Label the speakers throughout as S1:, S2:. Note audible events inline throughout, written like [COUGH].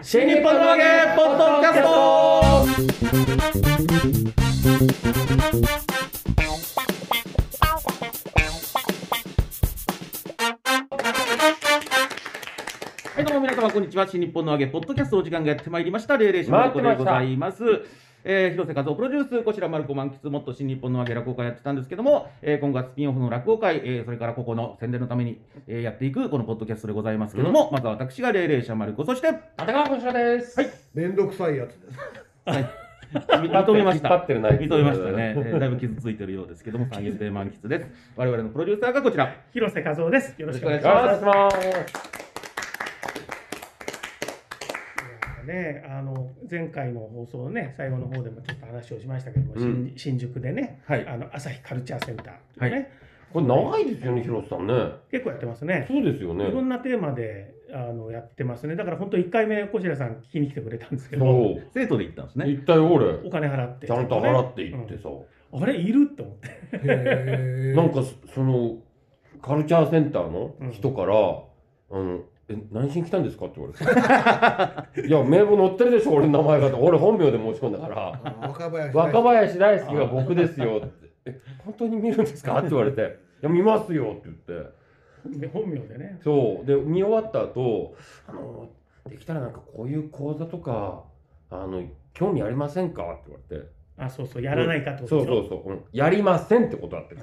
S1: 新日本の揚げポッドキャストはい、どうも皆様、こんにちは。新日本の揚げ、ポッドキャストのお時間がやってまいりました。0 0のこでございます。えー、広瀬和夫プロデュース、こちら、マルコ満喫、もっと新日本の揚げ落語会やってたんですけども、えー、今後はスピンオフの落語会、えー、それからここの宣伝のために、えー、やっていく、このポッドキャストでございますけども、まずは私が0 0社マルコ、そして、
S2: 立川こちらです。はい。
S3: めんどくさいやつです。
S1: はい、認めました。
S2: 引っ張ってるな
S1: 認めましたね。えーだいぶ傷ついてるようですけども、三遊亭満喫です。我々のプロデューサーがこちら。
S4: 広瀬和夫です。よろしくお願いし
S2: お願
S4: ま
S2: いします。
S4: す。ね、あの前回の放送ね、最後の方でもちょっと話をしましたけども、
S2: うん
S4: 新新宿でね、
S1: はい
S4: あの朝日カルチャーセンターっていうね、
S1: は
S2: これ長いですよね、広瀬さんね。
S4: 結構やってますね。
S2: そうですよね
S4: い。ろんなテーマであのやってますね。だから本当一回目小白さん聞きに来てくれたんですけど、
S2: そう。
S1: 生徒で行ったんですね。
S2: 行ったよ、俺。
S4: お金払って、
S2: ちゃんと払って行ってさ。
S4: うんあれいるって思って、
S3: へ
S2: なんかそ、その、カルチャーセンターの人から、あの、え、何しに来たんですかって言われて。いや、名簿載ってるでしょ、俺の名前がって。俺本名で申し込んだから。
S3: 若林大
S2: 若
S3: 輔。
S2: 林大輔が僕ですよって。え、本当に見るんですかって言われて。いや、見ますよって言って。
S4: で本名でね。
S2: そうで見終わった後あのできたらなんかこういう講座とかあの興味ありませんか?」って言われて
S4: あ、そうそう、やらないかって
S2: 「
S4: こと
S2: そう
S4: でしょ
S2: そうそう、うん、やりません」ってことだって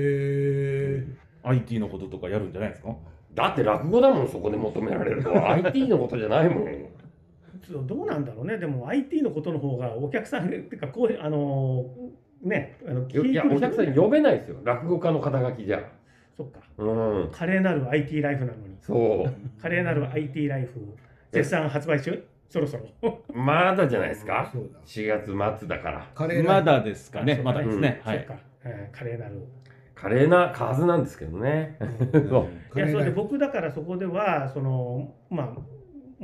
S3: へ
S1: IT のこととかやるんじゃないですか
S2: だって落語だもんそこで求められるのは IT のことじゃないもん
S4: そうどうなんだろうね、でも IT のことの方がお客さん、っていうか、こうあのね、あの
S2: よいや
S4: [LAUGHS] 聞てくれる
S2: お客さん呼べないですよ落語家の肩書きじゃ
S4: そっか、
S2: うん
S4: 華麗なる IT ライフなのに、
S2: そう
S4: 華麗なる IT ライフ、絶賛発売中、そろそろ。
S2: まだじゃないですか
S3: そうだ。
S2: 4月末だから
S3: カレー
S1: ま
S3: ライ
S1: だですかね。まだですね。
S4: そ
S1: は
S4: っ
S1: い。
S4: か、えー華麗
S2: [LAUGHS]
S4: なる。
S2: 華麗な数なんですけどねそう
S3: フ。
S4: い
S3: カ
S4: や、
S3: レ
S4: そ
S3: ーラ
S4: れで
S3: イフ。
S4: 僕だからそこでは、その、まあ、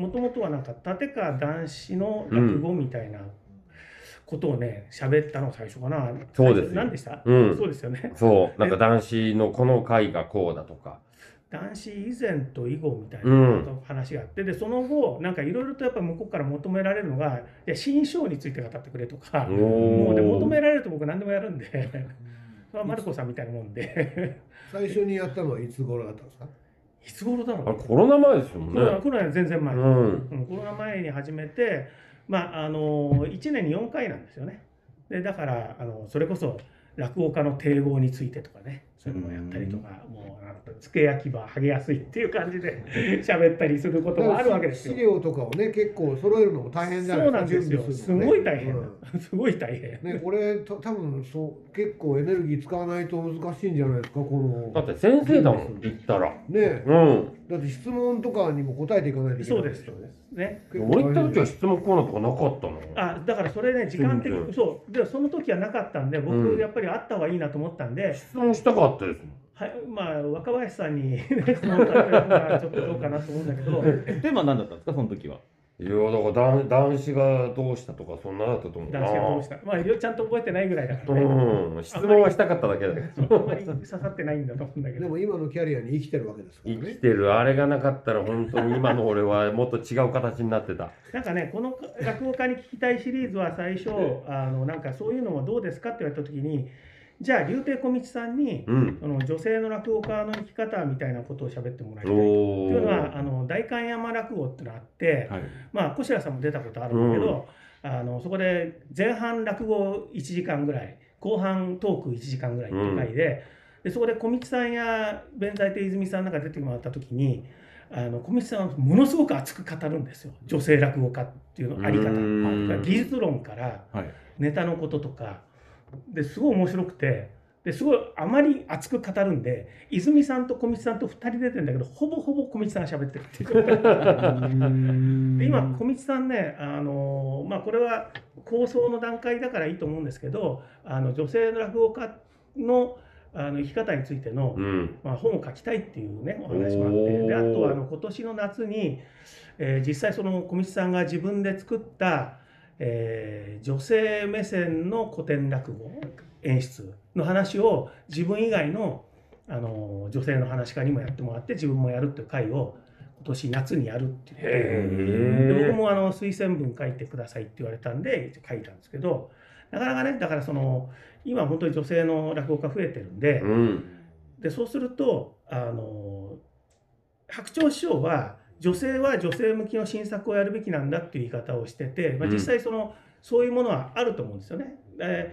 S4: もともとはなんか、立川談志の落語みたいなことをね、喋ったのが最初かな。
S2: そうですよ
S4: 最初何でした、
S2: うん
S4: そうですよね。
S2: そうなんか男子のこの回がこうだとか
S4: 男子以前と以後みたい
S2: うん
S4: なこと話があって、でその後なんかいろいろとやっぱ向こうから求められるのがいや新章について語ってくれとか、も
S2: も
S4: うで求められると僕何でもやるんで [LAUGHS] それはマルコさんみたいなもんで
S3: 最初にやったのはいつ頃だったんですか。
S4: いつ頃だ
S2: あれ
S4: ろう
S2: コロナ前ですよ
S4: コロナ
S2: ね。
S4: コロナ全然前、
S2: う
S4: うん
S2: ん。
S4: コロナ前に始めてまああの1年に4回なんですよねでだからあのそれこそ落語家の帝豪についてとかねそういうのをやったりとか、もうなんかつけ焼き場剥げやすいっていう感じで [LAUGHS] 喋ったりすることもあるわけですよ
S3: 資料とかをね、結構揃えるのも大変じゃない
S4: そうなんですよ
S3: 準備
S4: す
S3: るのね
S4: ごい大変、
S3: うん
S4: すごい大変
S3: ね、これ、と多分、そう、結構エネルギー使わないと難しいんじゃないですか、こ
S2: だ
S3: の。
S2: って先生だもん、言ったら。
S3: ね、
S2: うん。
S3: だって質問とかにも答えていかないといけな
S4: そ
S3: いう
S4: ですそうですね
S3: 結構
S2: 俺行った
S3: 大変
S2: 時は質問コーナーとかなかったの。
S4: あだからそれね時間的
S2: 全然
S4: にそうでその時はなかったんで僕、
S2: うん
S4: やっぱりあった方がいいなと思ったんで、
S2: 質問したかったですもん。
S4: はいまあ、若林さんにね質問されるのはちょっとどうかなと思うんだけど
S1: えテーマは何だったんですかその時は。
S2: いや、だから男男子がどうしたとか、そんなだったと思うな。
S4: 男子がどうしたまあいろいろちゃんと覚えてないぐらいだからね、
S2: うん。質問はしたかっただけだけど。
S4: そうあんまり刺さってないんだと思うんだけ
S3: で
S4: ど
S3: も、今のキャリアに生きてるわけですから
S2: 生き
S3: ね。
S2: てるあれがなかったら本当に今の俺はもっと違う形になってた。
S4: なんかねこの落語家に聞きたいシリーズは最初あのなんかそういうのはどうですかって言われた時にじゃあ竜亭小道さんに
S2: うん。
S4: その女性の落語家の生き方みたいなことを喋ってもらいたい。と
S2: お
S4: いうのはあ
S2: ー。
S4: の代官山落語ってのがあって、
S1: はい。
S4: まあ、小白さんも出たことあるんだけど、あのそこで前半落語1時間ぐらい後半トーク1時間ぐらいっていう回で,、でそこで小道さんや弁財天泉さんなんか出てもらった時にあの小道さんはものすごく熱く語るんですよ女性落語家っていうのあり
S2: う
S4: 方、
S2: ん
S4: 技術論から
S1: はい。
S4: ネタのこととかですごい面白くてですごいあまり熱く語るんで泉さんと小道さんと2人出てるんだけどほぼほぼ小道さんが喋ってるっていう。 [LAUGHS] で今小道さんね、あのまあ、これは構想の段階だからいいと思うんですけどあの女性の落語家のあの生き方についての、
S2: うん。
S4: まあ、本を書きたいっていうねお話もあってであとはあの今年の夏に、えー実際その小道さんが自分で作った、えー女性目線の古典落語演出の話を自分以外のあの女性の話家にもやってもらって自分もやるっていう会を今年夏にやるっていう。
S2: へ
S4: で僕の推薦文書いてくださいって言われたんで一応書いたんですけどなかなかねだからその今本当に女性の落語家増えてるんで,、
S2: うん。
S4: でそうするとあの白鳥師匠は女性は女性向きの新作をやるべきなんだっていう言い方をしてて、まあ、
S2: うん
S4: 実際その、そういうものはあると思うんですよね。で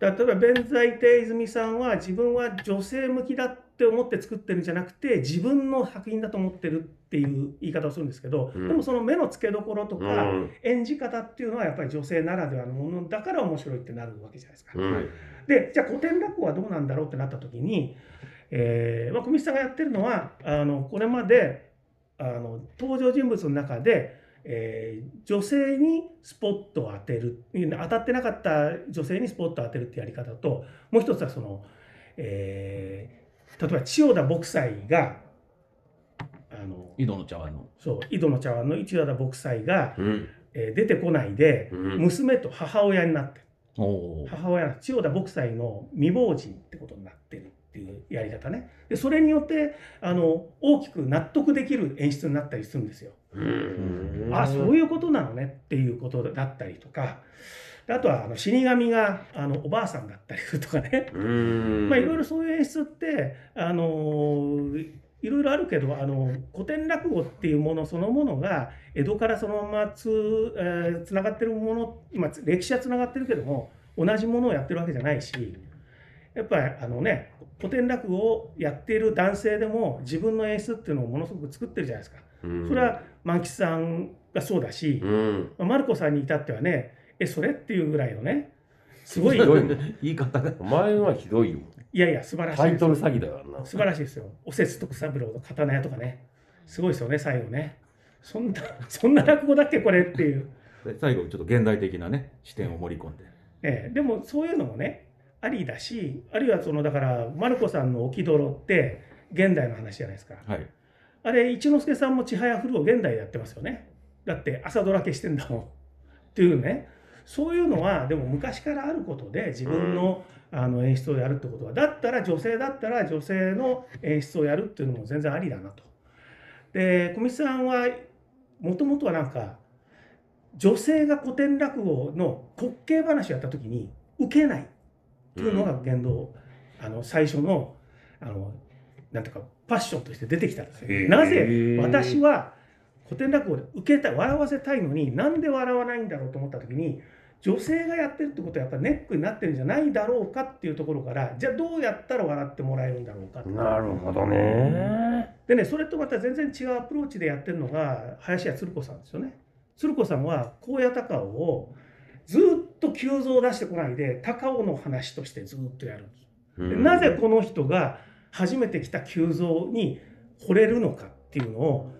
S4: だ例えば弁財亭泉さんは自分は女性向きだって思って作ってるんじゃなくて自分の作品だと思ってるっていう言い方をするんですけど、
S2: うん
S4: でもその目の付けどころと
S2: う
S4: か、
S2: ん。
S4: 演じ方っていうのはやっぱり女性ならではのものだから面白いってなるわけじゃないですか。
S2: うん。
S4: でじゃあ古典落語はどうなんだろうってなった時に、えーまあ、小道さんがやってるのはあのこれまであの登場人物の中で、えー女性にスポットを当てる当たってなかった女性にスポットを当てるってやり方ともう一つはその、えー例えば千代田牧斎があの
S1: 井戸の茶碗の。
S4: そう井戸の茶碗の千代田牧斎が、
S2: うん。
S4: えー出てこないで
S2: うん。
S4: 娘と母親になってる
S1: おおー。
S4: 母親が千代田牧斎の未亡人ってことになってるっていうやり方ねでそれによってあの大きく納得できる演出になったりするんですよ。
S2: うん。
S4: あそう
S2: い
S4: いうことなのねっていうことだったりとかであとはあの死神があのおばあさんだったりするとかね、
S2: う。うん。
S4: まあ、いろいろそういう演出ってあのいろいろあるけどあの古典落語っていうものそのものが江戸からそのままつ,、えーつながってるもの、まあ、つ歴史はつながってるけども同じものをやってるわけじゃないしやっぱりあのね古典落語をやっている男性でも自分の演出っていうのをものすごく作ってるじゃないですか。
S2: うん。
S4: それは満喫さんがそうだし、
S2: うん。
S4: まあ、マルコさんに至ってはねえそれっていうぐらいのね
S2: [LAUGHS]
S4: すごい
S2: ひどいもん。
S1: 言い方が。
S2: お前はひどいよ。
S4: いやいや素晴らしい
S2: タ
S4: で
S2: イ
S4: す
S2: トル詐欺だからな。
S4: 素晴らしいですよ。おせつ徳三郎の刀屋とかね。すごいですよね、最後ね。そんな、 [LAUGHS] そんな落語だっけ、これっていう。
S1: 最後にちょっと現代的なね視点を盛り込んで。
S4: ええ、でも、そういうのもね、ありだし、あるいは、その、だから、マルコさんの置き泥って、現代の話じゃないですか。
S1: はい。
S4: あれ、一之輔さんもちはやふるを現代でやってますよね。だって、朝ドラ消してんだもん。っていうね。そういうのは、でも昔からあることで、自分のあの演出をやるってことは、だったら女性だったら女性の演出をやるっていうのも全然ありだなと。で、小道さんは、もともとはなんか、女性が古典落語の滑稽話をやった時に、受けないっていうのが言動、あの最初のあのなんていうかパッションとして出てきたんですよ
S2: へー
S4: なぜ私は古典落語で受けた笑わせたいのになんで笑わないんだろうと思った時に女性がやってるってことはやっぱネックになってるんじゃないだろうかっていうところからじゃあどうやったら笑ってもらえるんだろうかって
S2: なるほどね。
S4: でねそれとまた全然違うアプローチでやってるのが林家つる子さんですよね。つる子さんは高野高尾をずっと急増出してこないで高尾の話としてずっとやるんです。でなぜこの人が初めて来た急増に惚れるのかっていうのを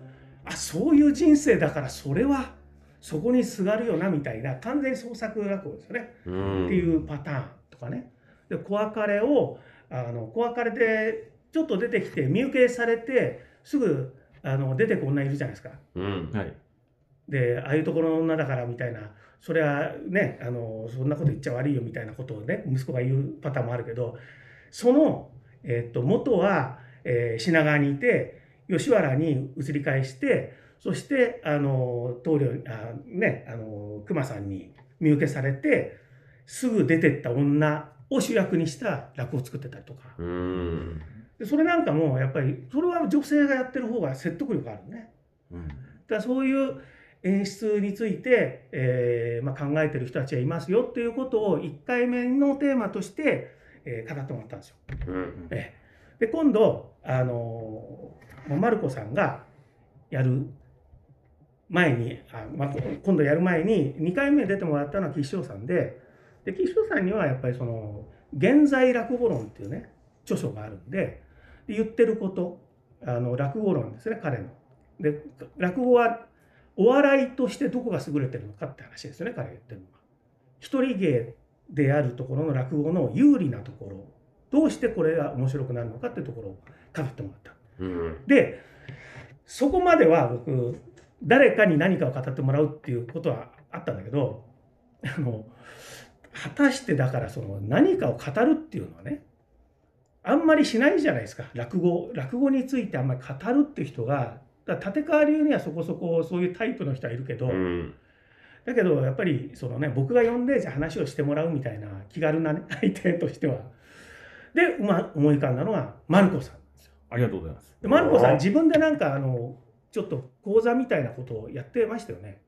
S4: あそういう人生だからそれはそこにすがるよなみたいな完全に創作落語ですよね。
S2: って
S4: って
S2: い
S4: いうパターンとかね。で、小別れを、あの、小別れで、ちょっと出てきて、身請けされて、すぐ、あの、出てこんないるじゃないですか。
S2: うん。
S1: はい。
S4: で、ああいうところの女だからみたいな、それはね、あの、そんなこと言っちゃ悪いよみたいなことをね、息子が言うパターンもあるけど、その、えっと、元は、えー品川にいて、吉原に移り返して、そして、あの、棟梁、あね、あの、熊さんに見受けされて、すぐ出てった女を主役にした落語を作ってたりとか。
S2: うん。
S4: でそれなんかも、やっぱり、それは女性がやってる方が説得力があるね。
S1: うん。
S4: だからそういう演出について、えーまあ、考えてる人たちがいますよっていうことを1回目のテーマとして、えー語ってもらったんですよ。
S2: うん。
S4: ええで今度、あのーまあマルコさんがやる前にあ、まあ、今度やる前に2回目出てもらったのは岸尾さんでで岸尾さんにはやっぱりその「現在落語論」っていうね著書があるんでで言ってることあの落語論ですね彼の。で落語はお笑いとしてどこが優れてるのかって話ですよね彼が言ってるのは。一人芸であるところの落語の有利なところどうしてこれが面白くなるのかっていうところを語ってもらった。
S2: うん。
S4: でそこまでは僕誰かに何かを語ってもらうっていうことはあったんだけどあの果たしてだからその何かを語るっていうのはねあんまりしないじゃないですか落語落語についてあんまり語るっていう人がだから立川流にはそこそこそういうタイプの人はいるけど、
S2: うん
S4: だけどやっぱりそのね僕が呼んでじゃあ話をしてもらうみたいな気軽なね相手としてはで、ま、思い浮かんだのがマルコさん
S1: ありがとうございます。
S4: でマルコさ
S2: お
S4: ん
S2: ー
S4: 自分でなんかあのちょっと講座みたいなことをやってましたよね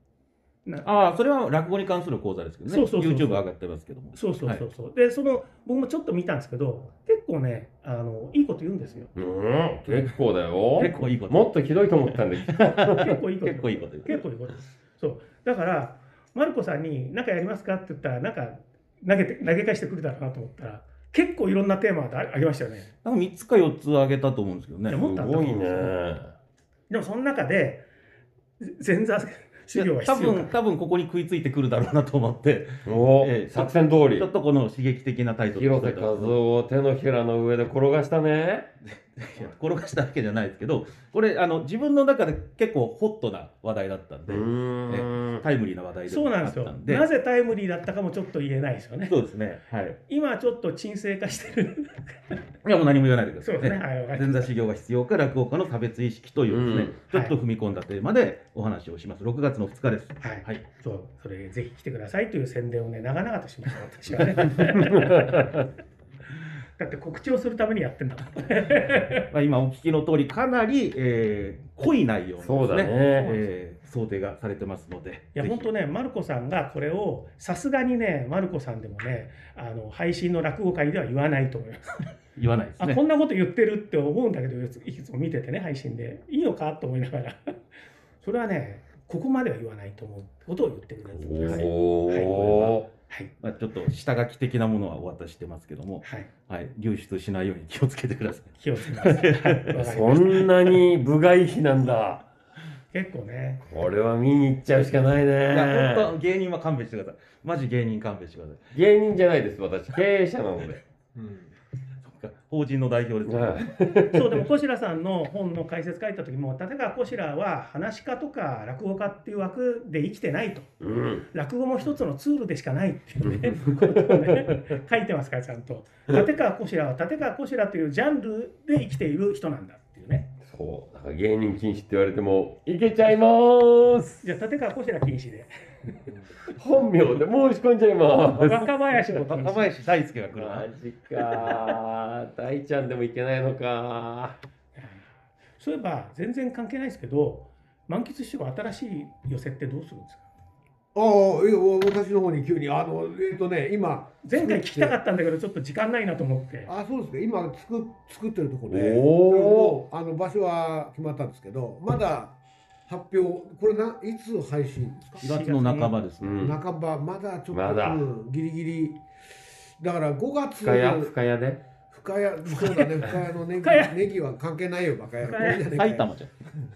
S1: ああ、それは落語に関する講座ですけどね。
S4: そうそうそうそ
S1: YouTube
S4: う
S1: 上がってますけども。
S4: そうそうそうそう、でその僕もちょっと見たんですけど結構ねあのいいこと言う
S1: [LAUGHS]
S4: んですよ
S2: うん結構だよ
S1: 結構いいこと。
S2: もっとひどいと思ったんだけど
S4: 結構いいこと
S1: 結構いいこと言う
S4: 結構いいことですそうだからマルコさんに「何かやりますか?」って言ったらなんか投げて投げ返してくるだろうなと思ったら結構いろんなテーマあげましたよね
S1: なんか3つか4つ上げたと思うんですけどね。
S4: いやもっとあ
S2: す
S4: ったと
S2: ごい
S4: 思うん
S2: ね
S4: [LAUGHS] ですよでもその中で前座修行はい
S1: や多
S4: 必要か
S1: 分多分ここに食いついてくるだろうなと思って、
S2: お
S1: ええ
S2: 作戦通り
S1: ちょっとこの刺激的なタイトル
S2: 広瀬和夫を手のひらの上で転がしたね
S1: いや転がしたわけじゃないですけどこれあの自分の中で結構ホットな話題だったん
S2: う
S1: で、
S2: ーん
S1: タイムリーな話題で
S4: そう
S1: も
S4: なん
S1: あ
S4: で
S1: っ
S4: す
S1: た
S4: よ
S1: んで
S4: なぜタイムリーだったかもちょっと言えないですよね
S1: そうですねはい
S4: 今ちょっと沈静化してる
S1: いやもう何も言わないでくださ
S4: そう
S1: い
S4: ですねはいわかりま
S1: 前座修行が必要か落語家の差別意識というですね、
S4: うん
S1: ちょっと踏み込んだテーマでお話をします6月の2日です
S4: [LAUGHS] したはい、
S1: はい
S4: そうそれぜひ来てくださいという宣伝をね長々としました私はね [LAUGHS] だって告知をするためにやってんだもん
S1: まあ、今お聞きの通りかなり、えー濃い内容
S2: [LAUGHS] そ
S1: な
S2: うだ
S1: んですね
S2: ね
S1: えー想定がされてますので
S4: いや
S1: ぜひ
S4: 本当ね、マルコさんがこれをさすがにね、マルコさんでもね、あの配信の落語会では言わないと思います。
S1: 言わないです
S4: あ
S1: ね
S4: こんなこと言ってるって思うんだけど、いついつも見ててね、配信で、いいのかと思いながら、 [LAUGHS] それはね、ここまでは言わないと思うことを言ってくれるんです。はい
S2: おお
S4: はい
S1: まあ、ちょっと下書き的なものはお渡ししてますけども、
S4: はい、
S1: はい、流出しないように気をつけてください。
S4: 気をつ
S2: [LAUGHS]
S4: けます。はい、わかり
S2: そ
S4: ました
S2: んなに部外費なんだ
S4: 結構ね、
S2: これは見に行っちゃうしかない
S1: いや、
S2: ね
S1: 本当芸人は勘弁してください。マジ芸人勘弁してください。
S2: 芸人じゃないです私経営者なので
S1: そっか法人の代表です、
S2: はい
S4: そうでも小白さんの本の解説書いた時も、立川小白は話し家とか落語家っていう枠で生きてないと。
S2: うん
S4: 落語も一つのツールでしかないっていうねことをね書いてますからちゃん
S2: [LAUGHS]
S4: と立川こしらは立川こしらというジャンルで生きている人なんだっていうね
S2: そうだから芸人禁止って言われてもいけちゃいます
S4: じゃあ立川こしら禁止 [LAUGHS] で
S2: 本名で申し込んじゃいます
S4: 若林も禁
S1: 若
S4: 止
S1: 林大輔が来る
S2: マ
S1: な。
S2: ジか大ちゃんでもいけないのか
S4: そういえば全然関係ないですけど満喫師匠は新しい寄せってどうするんですか
S3: ああ、いや私の方に急に、あの、えっとね、今。
S4: 前回聞きたか
S3: っ
S4: ったんだけどちょっと時間ないなと思って
S3: た。あ、そうですね、今、つく、作ってるところで。
S2: おお
S3: もうあの場所は決まったんですけど、まだ発表、これな、いつ配信ですか。
S1: 4月の半ばです
S2: う
S1: ね。
S2: ん
S3: 半ば、まだちょっと、
S2: まだ
S3: うんギリギリ。だから、5月。
S2: 深谷深谷で
S3: 深谷そうだね、深谷のネギ
S4: 深谷
S3: ネギは関係ないよ、バカ野郎
S4: 深
S3: ど
S4: 谷
S3: うじゃねえかよ
S1: 埼玉じゃん。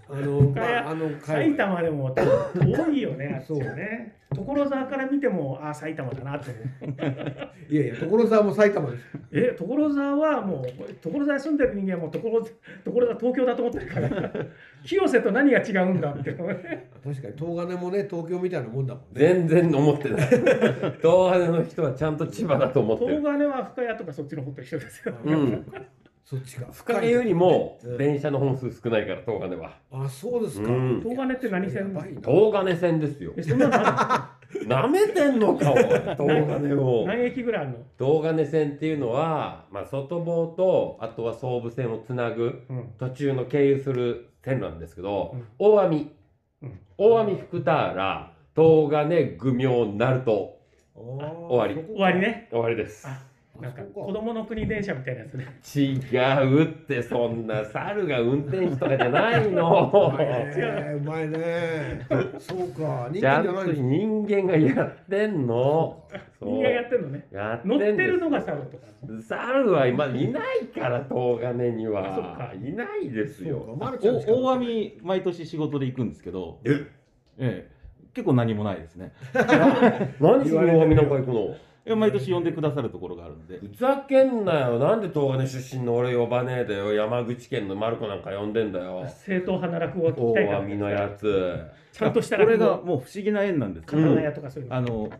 S3: あの、
S4: 深谷
S3: まあ、あの、
S4: 埼玉でも遠いよね [LAUGHS] あっち
S3: そう
S4: はね所沢から見てもああ埼玉だなと思う [LAUGHS]
S3: いやいや、所沢も埼玉です。
S4: え所沢はもう所沢に住んでる人間はもう所沢所沢東京だと思ってるから [LAUGHS] 清瀬と何が違うんだ [LAUGHS] って
S3: 確かに、東金もね、東京みたいなもんだもんね。
S2: 全然思ってない東金の人はちゃんと千葉だと思って
S4: 東
S2: る
S4: 金は深谷とか [LAUGHS] そっちの方と一緒ですよ、
S2: うん
S3: そっちか。
S2: 深谷よりも電車の本数少ないから東金は
S3: あ、そうです
S2: う
S3: か。
S2: ん
S4: 東金って何線
S3: やばいな
S2: 東金線ですよ
S4: えそんなのあ
S2: なめてんのかおい東金
S4: る
S2: を
S4: 何駅ぐらいあるの、
S2: 東金線っていうのは、まあ、外房とあとは総武線をつなぐ
S4: うん、
S2: 途中の経由する線路なんですけど、
S4: うん
S2: 大網、
S4: うん
S2: 大網福田原東金愚明鳴門
S3: 終
S2: わり
S4: 終わり。ね
S2: 終わりです
S4: あなんか
S3: そう
S4: 子供の国電車みたいなやつね
S2: 違うってそんな猿が運転手とかじゃない
S4: [LAUGHS]
S2: の
S3: うまいね。うまいね。そうか。人
S2: ちゃ
S3: 間
S2: ん
S3: じゃな
S2: と
S3: いです。
S2: 人間がやってんのそう
S4: 人間やってるのね
S2: やって
S4: 乗
S2: ん
S4: っ
S2: です
S4: てるのが猿とか
S2: 猿は今いないから東金に
S4: あそっ
S2: は
S4: か
S2: いないですよ
S3: マルちゃんしか
S1: お大網毎年仕事で行くんですけど、
S2: え
S1: ええ結構何もないですね。
S2: 何しに大網なんか行くの
S1: いや毎年呼んでくださるところがあるんで。
S2: ふざけんなよなんで東金出身の俺呼ばねえだよ山口県のマルコなんか呼んでんだよ
S4: 正統派な落語を聞きたい
S2: 大
S4: か
S2: 網のや
S4: ら
S2: つ
S4: ちゃんとした
S1: これ
S4: 落
S1: が
S4: 語
S1: もう不思議な縁なんですけど、
S4: 刀屋とかそういうの、
S1: あの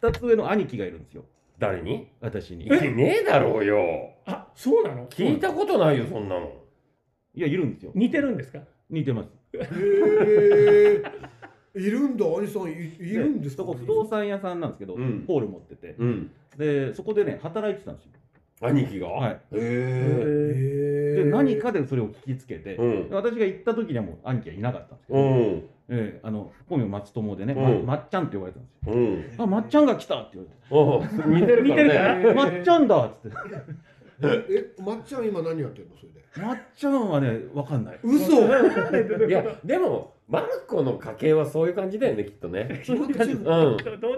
S1: 2つ上の兄貴がいるんですよ
S2: 誰に
S1: 私に。
S2: いけねえだろうよ
S4: あそうなの
S2: 聞いたことないよそんなの
S1: いやいるんですよ。
S4: 似てるんですか
S1: 似てます。
S3: へえ。いるんだ、兄さん、いいるんですか。
S1: そこ不動産屋さんなんですけど、
S2: うん
S1: ホール持ってて、
S2: うん。
S1: でそこでね働いてたんですよ。
S2: 兄貴が。
S1: はい。
S2: へ
S3: へ
S1: で
S3: え。
S1: 何。かでそれを聞きつけて、
S2: え。うん
S1: で。私が行った時にはもう兄貴はいなかったんですけ
S2: う
S1: ど、
S2: ん。
S1: ええあの本名松友でね、
S2: うん
S1: ま、まっちゃんって呼ばれてたんですよ。
S2: うん。
S1: あまっちゃんが来たって言われ
S2: うん似てるか
S4: 似てるからら
S2: ね。
S1: て、 [LAUGHS] まっちゃんだっつって、
S3: え、まっちゃん、今何やってるの、それで。
S1: まっちゃんはねわかんない。
S3: 嘘。
S2: い [LAUGHS] や、でも、マルコの家系はそういう感じだよね、きっと [LAUGHS] ね。
S3: まっちゃん
S2: うん。
S4: どどう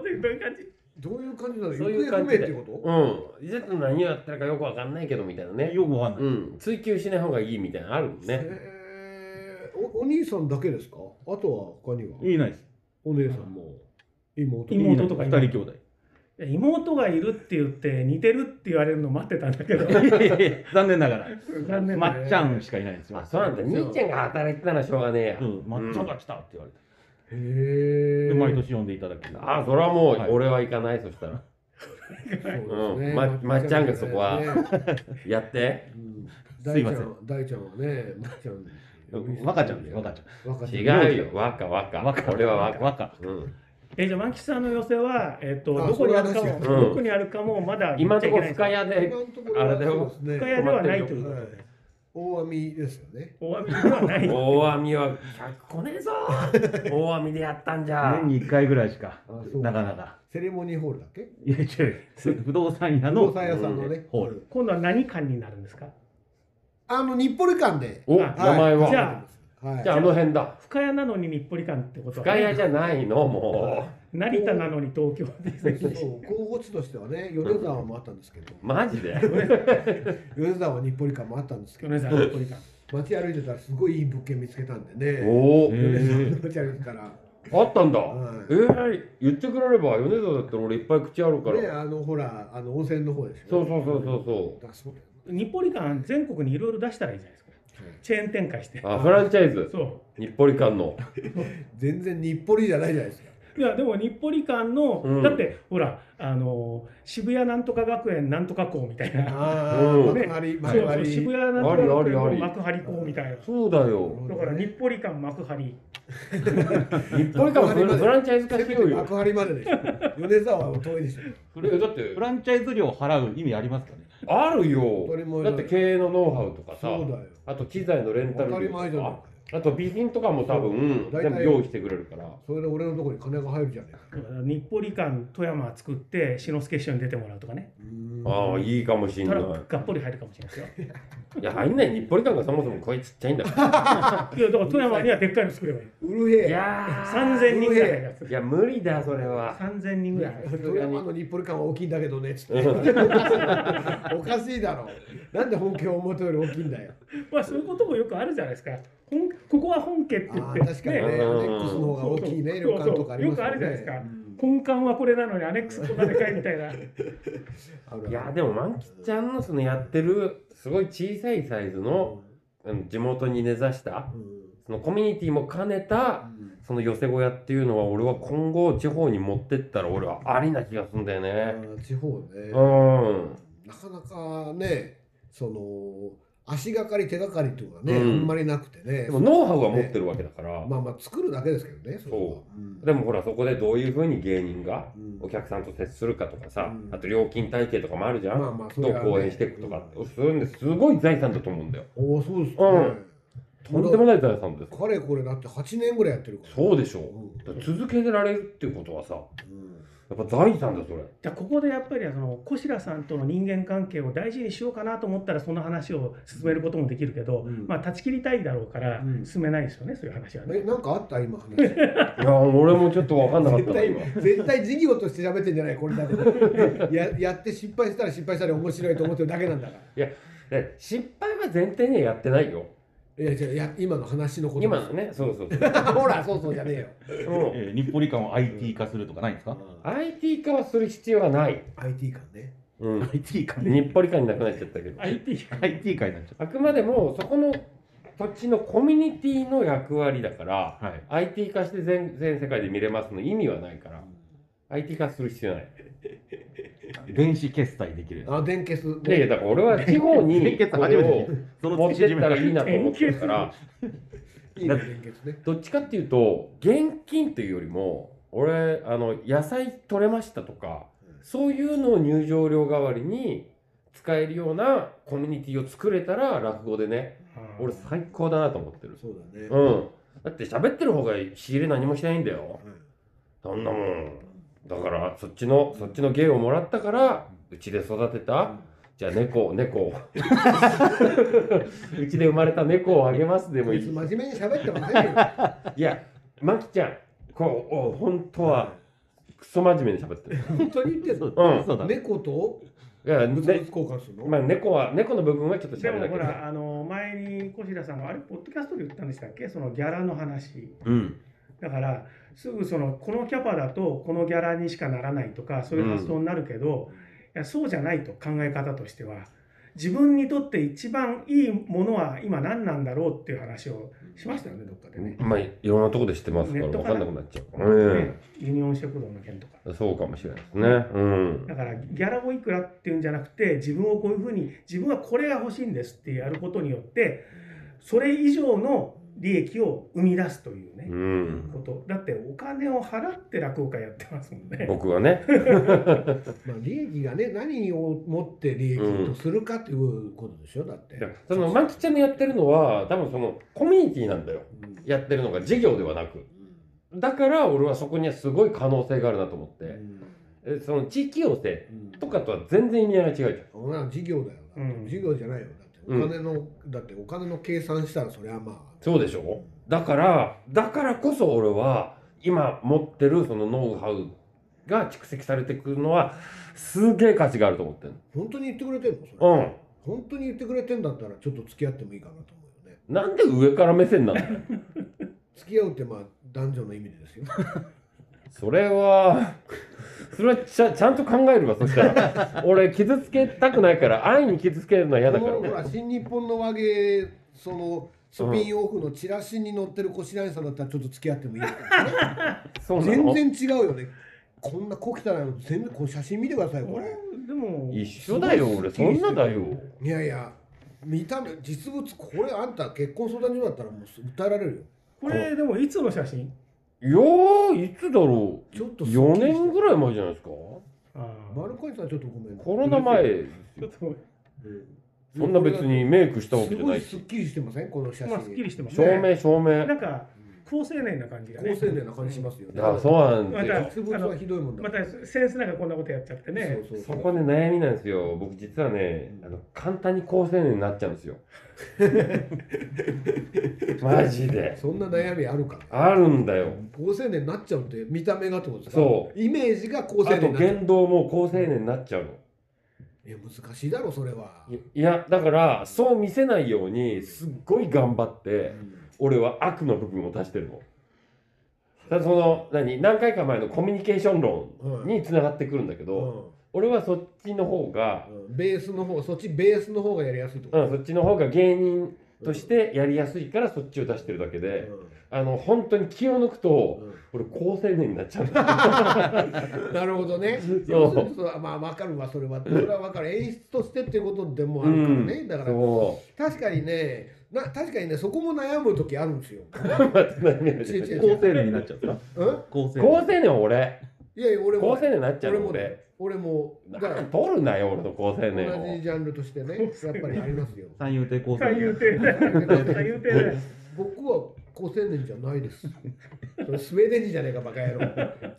S4: いうどういう感じ
S3: どういう感じなの、
S2: そうい
S3: 行
S2: う
S3: 方不
S2: 感
S3: 明っ
S2: じ
S3: て
S2: で
S3: こと。
S2: うん。ちょっと何をやってるかよくわかんないけど、みたいなね。
S1: よくわかんない。
S2: うん。追求しない方がいいみたいなのあるもんね。
S3: へーおお兄さんだけですかあとは他にはい
S1: ないです。
S3: お姉さんも妹も
S4: 妹とか
S1: い
S4: い
S1: な
S4: ないい
S1: 二
S2: [LAUGHS]
S1: 人兄弟。
S4: いや妹がいるって言って似てるって言われるの待ってたんだけど [LAUGHS]
S1: いやいや残念ながら、
S4: 残念
S1: まっちゃんしかいないんですよ。
S2: あ、そうなんだ。兄ちゃんが働いてたらしょうがねえや
S1: う。ん、まっちゃんが来たって言われて、
S3: へえ
S1: で毎年呼んでいただく。
S2: あ、それはもう
S1: はい
S2: 俺は行かない、そしたら。うんままっちゃんがそこはや
S3: [LAUGHS]
S2: って。
S3: すいますせ
S1: い
S3: ん大ちゃんはねまっちゃん
S1: 若ちゃんです、若ちゃん。
S3: 若ちゃん
S2: 違うよ、若、若。俺は若。
S1: 若。
S2: うん。
S4: えじゃあ万吉さんの寄せは、えっと
S3: あ
S4: どこにあるか
S3: それは
S4: も、
S3: 確
S2: かにうん
S4: どこにあるかもまだ言
S2: 今の
S4: っちゃ
S2: と
S4: いけ
S2: こ
S4: な
S2: ろ
S4: いん
S2: 深谷で
S4: です
S3: 今、のところは
S2: あれだよ
S3: そうです
S4: 深
S3: ね
S4: 谷ではないということ
S3: は
S4: で
S3: い大網ですよね
S4: 大網ではな
S2: [LAUGHS]
S4: い
S2: 大網は100個ねえぞ。大網でやったんじゃ
S1: 年。に1回ぐらいしか
S3: あそう
S1: なかなか
S3: セレモニーホールだっけ
S1: いや違う
S2: [LAUGHS]
S1: 不動産屋の
S3: 不動産屋さんのね
S1: ホール
S4: 今度は何館になるんですか
S3: あの日暮里館で
S2: お、名
S4: あ
S2: 前
S4: じ
S2: は。
S4: ゃあ
S3: はい
S2: じゃああの辺だ。
S4: 深谷なのに日暮里館ってことは
S2: 深谷じゃないの、も
S4: 成田なのに東京です
S3: そう
S4: ね
S3: 候補地としてはね米沢もあったんです
S2: [LAUGHS]
S3: けど
S2: う。マジで。
S3: [LAUGHS] 米沢は日暮里館もあったんですけど
S4: 米沢日暮里館
S3: 街歩いてたらすごいいい物件見つけたんでね
S2: お
S1: へ
S2: お、
S1: え
S3: [LAUGHS] 街歩いてたら
S2: あったんだ。
S3: はい
S2: えー、言ってくれれば、米沢だったら俺いっぱい口あるから。
S3: ねあのほらあの温泉の方です
S2: そ
S3: よ
S2: う
S3: ね
S2: そうそうそうそ
S3: だそうだよ
S4: 日暮里館全国にいろいろ出したらいいじゃないですか
S3: ね
S4: チェーン展開して
S2: う。あ、フランチャイズ。
S4: そ
S2: 日暮里館の。
S3: 全然日暮里じゃないじゃないですか
S4: ういやでも日暮里館の、
S2: うん
S4: だってほらあの渋谷なんとか学園なんとか校みたいな
S3: あ
S2: うん
S3: あ幕張
S4: そ
S3: 幕
S4: うそう渋
S3: 張
S4: 谷なんとか学園
S2: ありありあ
S4: の
S2: り
S4: 幕張校みたいな
S2: そうだよ。
S4: だから日暮里館幕張
S2: 日暮里館フランフランチャイズ化
S3: せ
S2: し
S3: めて
S2: ようよ。
S3: 幕張まででしょ米沢は遠いでしょ
S2: えだって
S1: フランチャイズ料払う意味ありますかね
S2: あるよ
S3: 当たり前。だ
S2: だ
S3: よ
S2: って経営のノウハウとかさ、
S3: そうだよ
S2: あと機材のレンタ
S3: 当
S2: ル
S3: たり
S2: 料
S3: 前じ
S2: と
S3: ゃない
S2: か、あと備品とかも多分
S3: そう
S2: 全部用意してくれるから。
S3: それで俺のところに金が入るじゃないか
S4: 日暮里館富山作って志の輔師匠に出てもらうとかね
S2: ああ、
S3: い
S2: いいかもしん
S4: た
S2: ない
S4: ら。がっぽり入るかもしれないですよ
S2: いや、入んない。日暮里館がそもそも声ちっちゃいんだか
S4: いやだから富山にはでっかいの作ればいい
S3: ウルヘ
S2: ら。
S3: イ
S2: や
S4: 3000人ぐらいのやつ
S2: いや、無理だ、それは。
S4: 3000人ぐらい
S3: 富山の日暮里館は大きいんだけどねつっておかしいだろなんで本家は思ったより大きいんだよ
S4: まあそういうこともよくあるじゃないですか本ここは本家って
S3: あ
S4: 言
S3: あ
S4: っ
S3: ー
S4: て
S3: 確かにねアネ
S2: うん
S3: ックスの方が大きいね
S4: そ
S3: 旅
S4: うそう
S3: 館とかあります
S4: よくあるじゃないですか
S3: うん
S4: 本館はこれなのにアネックスこんなでかいみたいな [LAUGHS]
S3: あるある
S2: いや、でも、満吉ちゃんのそのやってる、すごい小さいサイズの、あの地元に根ざした、
S3: うん
S2: そのコミュニティも兼ねた、
S3: うん
S2: その寄せ小屋っていうのは俺は今後地方に持ってったら俺はありな気がするんだよ
S3: あ
S2: ね。
S3: ー地方ね
S2: うん。
S3: なかなかねその足がかり手がかりっていうのはね、
S2: うん
S3: あんまりなくてね
S2: でもノウハウは持ってるわけだから。
S3: まあまあ作るだけですけどねそれは
S2: そ
S3: うん
S2: でもほらそこでどういうふうに芸人が
S3: うん
S2: お客さんと接するかとかさ、
S3: うん
S2: あと料金体系とかもあるじゃん。
S3: まあまあそ
S2: ど
S3: れ
S2: う
S3: はね
S2: 公演していくとか、そういうんですごい財産だと思うんだよ。
S3: おおそうですね、
S2: とんでもない財産です。
S3: かれこれだって8年ぐらいやってるから
S2: そうでしょ
S3: うん
S2: だから続けてられるっていうことはさ、や
S3: う
S2: っ
S3: ん
S2: ぱ財産だそれ。
S4: じゃあここでやっぱりその小白さんとの人間関係を大事にしようかなと思ったらその話を進めることもできるけど、
S3: うん
S4: まあ断ち切りたいだろうから
S3: うん
S4: 進めないですよね、そういう話は
S3: え
S4: ね。
S3: なんかあった
S2: [LAUGHS]
S3: 今話
S2: いや俺もちょっと分かんなかった
S3: 絶
S2: な
S3: 対
S2: 今。
S3: 絶対事業として喋ってんじゃないこれだけ [LAUGHS] ややって失敗したら失敗したら面白いと思ってるだけなんだから
S2: で失敗は前提にはやってないよ。
S3: いやじゃあや今の話のこと
S2: 今のね、そうそう [LAUGHS] そう。
S3: ほらそうそうじゃねえ
S2: う
S3: よ
S2: ん
S1: えー日暮里館を IT 化するとかないんですか
S2: IT 化はする必要はない。
S3: IT 感ね
S2: うん、日
S1: IT 化ね
S2: 暮里化になくなっちゃったけど。
S4: IT
S1: IT 化になっちゃ
S2: あくまでもそこの土地のコミュニティの役割だから、
S1: うはい
S2: IT 化して全全世界で見れますの意味はないから、IT 化する必要ない。
S1: 電子決済できる
S3: あ電結
S2: いやいや、だから俺は地方
S1: 電
S2: [LAUGHS] に
S1: 気化
S2: こ
S1: 初
S2: れ
S1: め
S2: を
S1: てその
S2: 持っ
S1: 月
S2: て
S1: 始
S2: っ
S1: め
S2: た
S1: から
S2: いいなと思ってるから、
S3: いいね連結ね
S2: どっちかっていうと現金っていうよりも俺あの野菜取れましたとか
S3: うん
S2: そういうのを入場料代わりに使えるようなコミュニティを作れたら落語でね俺最高だなと思ってる
S3: そうだね
S2: う、んだって喋ってる方が仕入れ何もしないんだよ
S3: うん
S2: そんなもんだからそっちのそっちの芸をもらったからうちで育てたじゃあ猫猫 [LAUGHS] うちで生まれた猫をあげますでも
S3: こ
S2: い
S3: いつ
S2: い
S3: 真面目に喋ってませ
S2: [LAUGHS]
S3: んよ。
S2: いやマキちゃんこうお本当はクソ真面目に喋ってる
S3: 本当に言ってん
S1: そ
S3: の
S1: うだそうだ
S3: 猫と
S2: いや、
S3: 物々
S2: ね
S3: 交換するの、
S2: まあ、猫は猫の部分はちょっと
S4: で
S2: 喋
S4: も
S2: るだけ
S4: ほ
S2: で
S4: らあの前に小平さんがあれポッドキャストで言ったんでしたっけそのギャラの話
S2: うん
S4: だからすぐそのこのキャパだとこのギャラにしかならないとかそういう発想になるけど、いやそうじゃないと考え方としては自分にとって一番いいものは今何なんだろうっていう話をしましたよねどっかでね。
S2: まあいろんなとこで知ってますか
S4: ネ
S2: ら
S4: ット
S2: 分
S4: か
S2: かん
S4: ら
S2: なくなっちゃう、
S4: ねユニオン食堂の件とか。
S2: うん、そうかもしれないですねうん
S4: だからギャラをいくらっていうんじゃなくて自分をこういうふうに自分はこれが欲しいんですってやることによってそれ以上の利益を生み出すというね、
S2: うん
S4: ことだってお金を払って落語家やってますもんね。
S2: 僕は
S4: [LAUGHS]
S2: ね
S3: まあ、利益がね何を持って利益とするかということでしょだって。
S2: そのマキちゃんのやってるのは多分そのコミュニティなんだよ
S3: うん
S2: やってるのが事業ではなくだから俺はそこにはすごい可能性があるなと思っ
S3: う
S2: て、
S3: ん
S2: えその地域要請
S3: うん
S2: とかとは全然意味合いが違うじゃん
S3: そんなの事業だよ、
S4: うん
S3: 事業じゃないよだってお
S2: うん
S3: 金の、だってお金の計算したらそれはまあ
S2: そうでしょだからだからこそ俺は今持ってるそのノウハウが蓄積されてくるのはすげえ価値があると思ってる
S3: 本当に言ってくれてんのそれ、
S2: う
S3: 本当に言ってくれてんだったらちょっと付き合ってもいいかなと思うよね
S2: んなんで上から目線なんだよ [LAUGHS]
S3: 付き合うってまあ男女の意味でですよ
S2: それはそれはちゃちゃんと考えるわそしたら [LAUGHS] 俺傷つけたくないから愛に傷つけるのは嫌だか
S3: このほ
S2: ら
S3: ら新日本の和芸そのスピンオフのチラシに載ってる小白井さんだったらちょっと付き合ってもいいかな、
S2: そうなの
S3: 全然違うよねこんな小汚いの全部こう写真見てくださいこれ
S4: でも
S2: 一緒だよ俺そんなだよ
S3: いやいや見た目実物これあんた結婚相談所だったらもう訴えられるよ
S4: これでもいつの写真
S2: いやーいつだろう
S3: ちょっとすっきり
S2: 4
S3: した
S2: 年ぐらい前じゃないですか
S4: あ
S3: マルコイさんちょっとごめんね
S2: コロナ前です
S4: ちょ
S2: よ
S4: っと
S2: そんな別にメイクしたわけ
S3: す
S2: じゃな
S3: ごい
S2: い
S3: す
S2: し
S3: っきりしてませんこの写真
S4: まあすっきりしてます
S2: 照明照明
S4: なんか高青年な感じが
S3: 高
S4: ね
S3: 青年な感じしますよね
S2: あそうなん
S4: ま
S2: ですよ
S4: た
S3: 実物はひどいもんだ
S4: またセンスなんかこんなことやっちゃってね
S3: そうそ
S2: そうこね悩みなんですよ僕実はねあの簡単に高青年になっちゃうんですよ
S3: [LAUGHS]
S2: マジで
S3: そんな悩みあるから
S2: あるんだよ
S3: 高青年になっちゃうって見た目がってことですか
S2: そう
S3: イメージが高青
S2: あ
S3: 年
S2: と
S3: になっちゃう
S2: 言動も高青年になっちゃうの
S3: いや難しいだろそれはい
S2: いやだからそう見せないようにすっごい頑張って俺は悪の部分を出してるのただその何何回か前のコミュニケーション論につながってくるんだけ
S3: う
S2: ど、
S3: ん
S2: 俺はそっちの方が
S3: うんベースの方そっちベースの方がやりやすいってこと
S2: うん、そっちの方が芸人としてやりやすいからそっちを出してるだけで、あの本当に気を抜くと、俺高青年になっちゃうんだ
S3: うんなるほどね。
S2: そう
S3: 要するにそれはまあ分かるわそれはそれは分かる演出としてっていうことでもあるからね、
S2: うん
S3: だから
S2: そ
S3: 確かにねな確かにねそこも悩む時あるんですよ。
S2: うまた何が
S3: 違う違う
S1: 高青年になっちゃうんですか
S3: うん、
S1: 高青
S2: 高青
S1: 年
S2: 年は俺
S3: いやいや俺
S2: 高
S3: も
S2: 青年になっちゃう
S3: 俺
S2: の
S3: も
S2: 俺
S3: 俺もだか
S2: な
S3: ら
S2: んか取るなよ俺の高青
S3: 同
S2: 年
S3: じ
S2: を
S3: ジャンルとし
S2: [LAUGHS]
S3: てねやっぱりありますよ。
S1: 三遊亭高青
S4: 三遊
S1: 年
S4: 亭だ三遊亭だ
S3: 僕は高青年じゃないです。それスウェーデン人じゃねえかバカ野郎。